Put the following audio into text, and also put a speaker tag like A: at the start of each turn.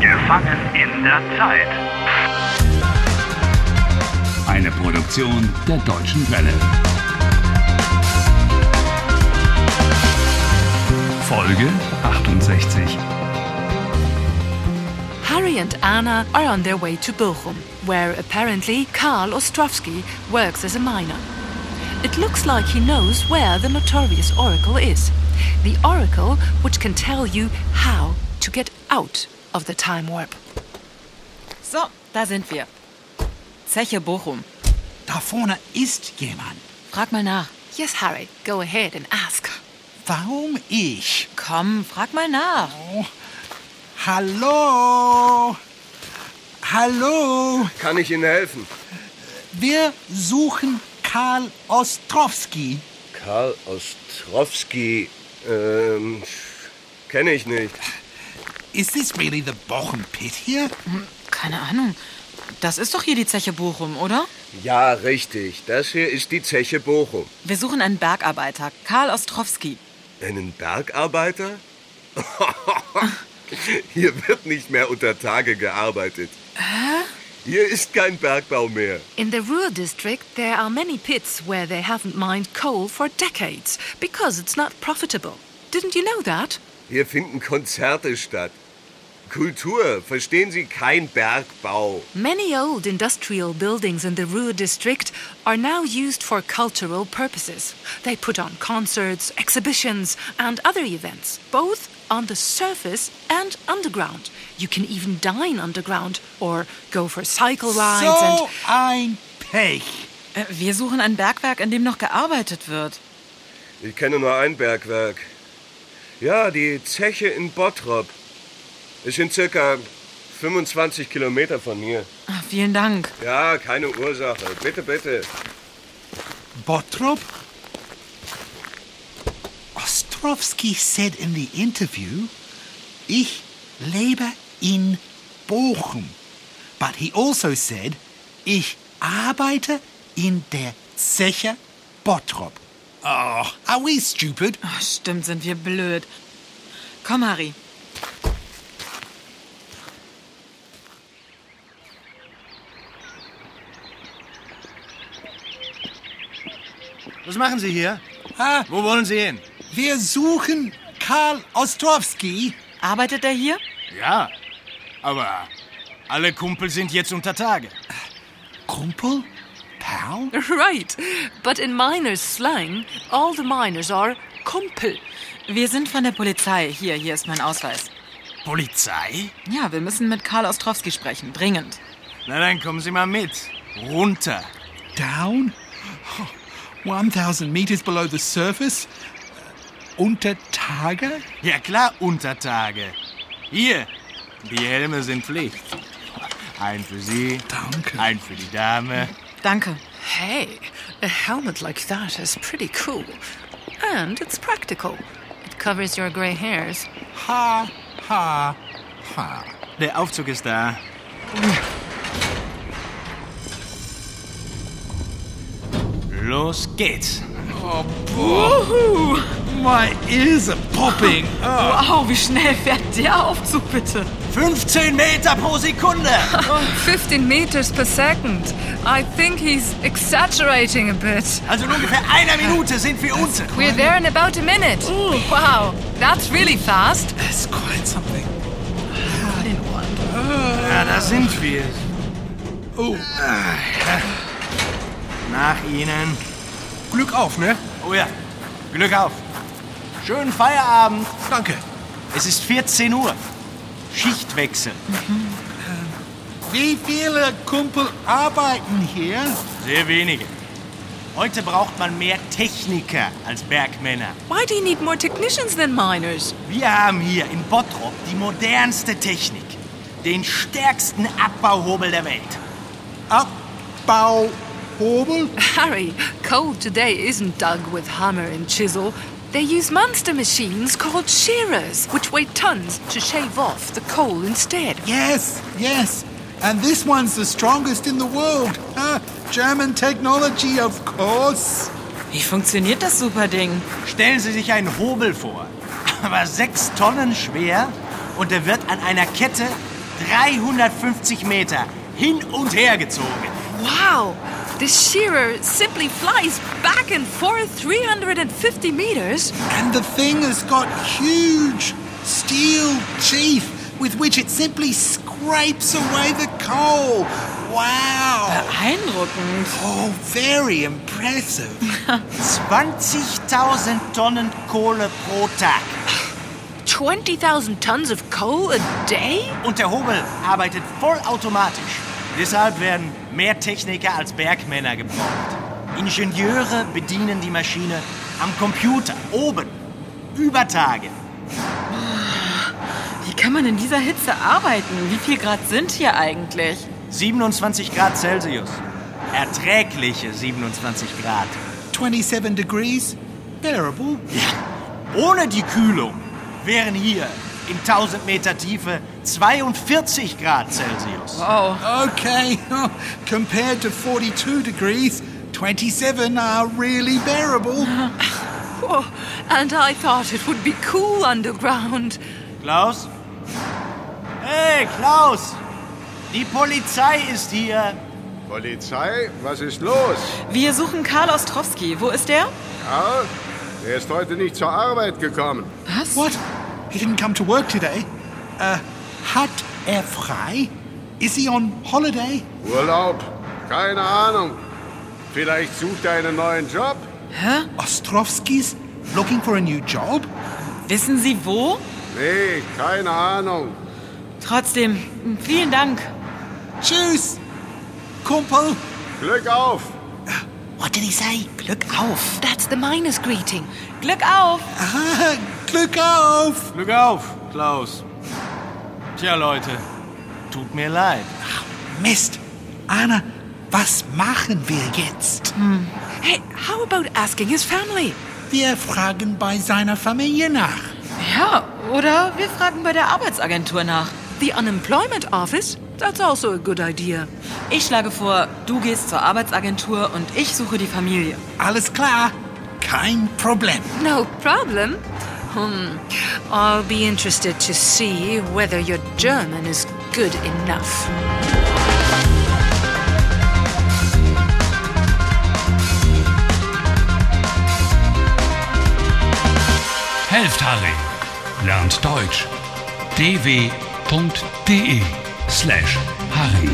A: Gefangen in der Zeit.
B: Eine Produktion der Deutschen Welle. Folge 68.
C: Harry and Anna are on their way to Bochum, where apparently Karl Ostrovsky works as a miner. It looks like he knows where the notorious oracle is. The oracle which can tell you how to get out of the time warp.
D: So, da sind wir. Zeche Bochum.
E: Da vorne ist jemand.
D: Frag mal nach.
C: Yes, Harry, go ahead and ask.
E: Warum ich?
D: Komm, frag mal nach.
E: Hallo? Hallo?
F: Kann ich Ihnen helfen?
E: Wir suchen Karl Ostrowski.
F: Karl Ostrowski, ähm, kenne ich nicht.
E: Is this really the Bochum pit here?
D: Keine Ahnung. Das ist doch hier die Zeche Bochum, oder?
F: Ja, richtig. Das hier ist die Zeche Bochum.
D: Wir suchen einen Bergarbeiter, Karl Ostrowski.
F: Einen Bergarbeiter? Hier wird nicht mehr unter Tage gearbeitet. Hier ist kein Bergbau mehr.
C: In the Ruhr district, there are many pits where they haven't mined coal for decades because it's not profitable. Didn't you know that?
F: Hier finden Konzerte statt. Kultur, verstehen Sie, kein Bergbau.
C: Many old industrial buildings in the Ruhr district are now used for cultural purposes. They put on concerts, exhibitions, and other events, both on the surface and underground. You can even dine underground or go for cycle rides and.
E: So ein Pech.
D: Äh, Wir suchen ein Bergwerk, in dem noch gearbeitet wird.
F: Ich kenne nur ein Bergwerk. Ja, die Zeche in Bottrop. Es sind circa 25 Kilometer von mir.
D: Ah, vielen Dank.
F: Ja, keine Ursache. Bitte, bitte.
E: Bottrop? Ostrowski said in the interview, ich lebe in Bochum. But he also said, ich arbeite in der Zeche Bottrop. Oh, are we stupid?
D: Ah, stimmt, sind wir blöd. Komm, Harry.
G: Was machen Sie hier?
E: Ah,
G: Wo wollen Sie hin?
E: wir suchen Karl Ostrowski.
D: Arbeitet er hier?
G: Ja, aber alle Kumpel sind jetzt unter Tage.
E: Kumpel? Pal?
C: Right, but in miners' slang, all the miners are kumpel.
D: Wir sind von der Polizei. Hier, hier ist mein Ausweis.
G: Polizei?
D: Ja, wir müssen mit Karl Ostrowski sprechen. Dringend.
G: Na dann kommen Sie mal mit. Runter.
E: Down? 1000 meters below the surface? Unter Tage?
G: Ja klar, unter Tage. Hier, die Helme sind Pflicht. Ein für Sie,
E: Danke.
G: ein für die Dame.
D: Danke.
C: Hey, a helmet like that is pretty cool. And it's practical. It covers your grey hairs.
E: Ha, ha, ha.
G: Der Aufzug ist da. Los geht's.
E: My ears are popping.
D: Wow, wie schnell fährt der Aufzug bitte?
G: 15 Meter pro Sekunde.
C: 15 meters per second. I think he's exaggerating a bit.
G: Also in ungefähr einer Minute sind wir unten.
C: We're there in about a minute. Wow, that's really fast.
E: That's quite something.
G: Ja, da sind wir.
E: Oh.
G: Nach Ihnen.
E: Glück auf, ne?
G: Oh ja, Glück auf. Schönen Feierabend.
E: Danke.
G: Es ist 14 Uhr. Schichtwechsel.
E: Wie viele Kumpel arbeiten hier?
G: Sehr wenige. Heute braucht man mehr Techniker als Bergmänner.
C: Why do you need more technicians than miners?
G: Wir haben hier in Bottrop die modernste Technik. Den stärksten Abbauhobel der Welt.
E: Abbauhobel?
C: Harry, coal today isn't dug with hammer and chisel. They use monster machines called shearers, which weigh tons to shave off the coal instead.
E: Yes, yes. And this one's the strongest in the world. Ah, German technology, of course.
D: Wie funktioniert das super Ding?
G: Stellen Sie sich einen Hobel vor. Aber sechs Tonnen schwer und er wird an einer Kette 350 Meter hin und her gezogen.
C: Wow! The shearer simply flies back and forth 350 meters.
E: And the thing has got huge steel teeth with which it simply scrapes away the coal. Wow!
D: Beeindruckend.
E: Oh, very impressive.
G: 20.000 Tonnen Kohle pro Tag.
C: 20,000 tons of coal a day?
G: Und der Hobel arbeitet vollautomatisch. Deshalb werden mehr Techniker als Bergmänner gebraucht. Ingenieure bedienen die Maschine am Computer, oben, über Tage.
D: Wie kann man in dieser Hitze arbeiten? Wie viel Grad sind hier eigentlich?
G: 27 Grad Celsius. Erträgliche 27 Grad.
E: 27 degrees? Bearable.
G: Ohne die Kühlung wären hier in 1000 Meter Tiefe 42 Grad Celsius.
D: Wow.
E: Okay, compared to 42 degrees, 27 are really bearable.
C: Oh, and I thought it would be cool underground.
G: Klaus? Hey, Klaus! Die Polizei ist hier.
A: Polizei, was ist los?
D: Wir suchen Karl Ostrowski. Wo ist der?
A: Ja, er ist heute nicht zur Arbeit gekommen.
D: Was?
E: What? He didn't come to work today? Uh, hat er frei? Is he on holiday?
A: Urlaub? Keine Ahnung. Vielleicht sucht er einen neuen Job?
E: Ostrovsky's looking for a new job?
D: Wissen Sie wo?
A: Nee, keine Ahnung.
D: Trotzdem, vielen Dank.
E: Tschüss, Kumpel.
A: Glück auf!
E: What did he say?
D: Glück auf.
C: That's the miner's greeting.
D: Glück auf.
E: Ah, Glück auf.
G: Glück auf, Klaus. Tja, Leute, tut mir leid.
E: Mist. Anna, was machen wir jetzt?
C: Hey, how about asking his family?
E: Wir fragen bei seiner Familie nach.
D: Ja, oder wir fragen bei der Arbeitsagentur nach.
C: The unemployment office? That's also a good idea.
D: Ich schlage vor, du gehst zur Arbeitsagentur und ich suche die Familie.
E: Alles klar. Kein Problem.
C: No problem. Hmm. I'll be interested to see whether your German is good enough.
B: Helft Harry. Lernt Deutsch. dw.de slash Harry.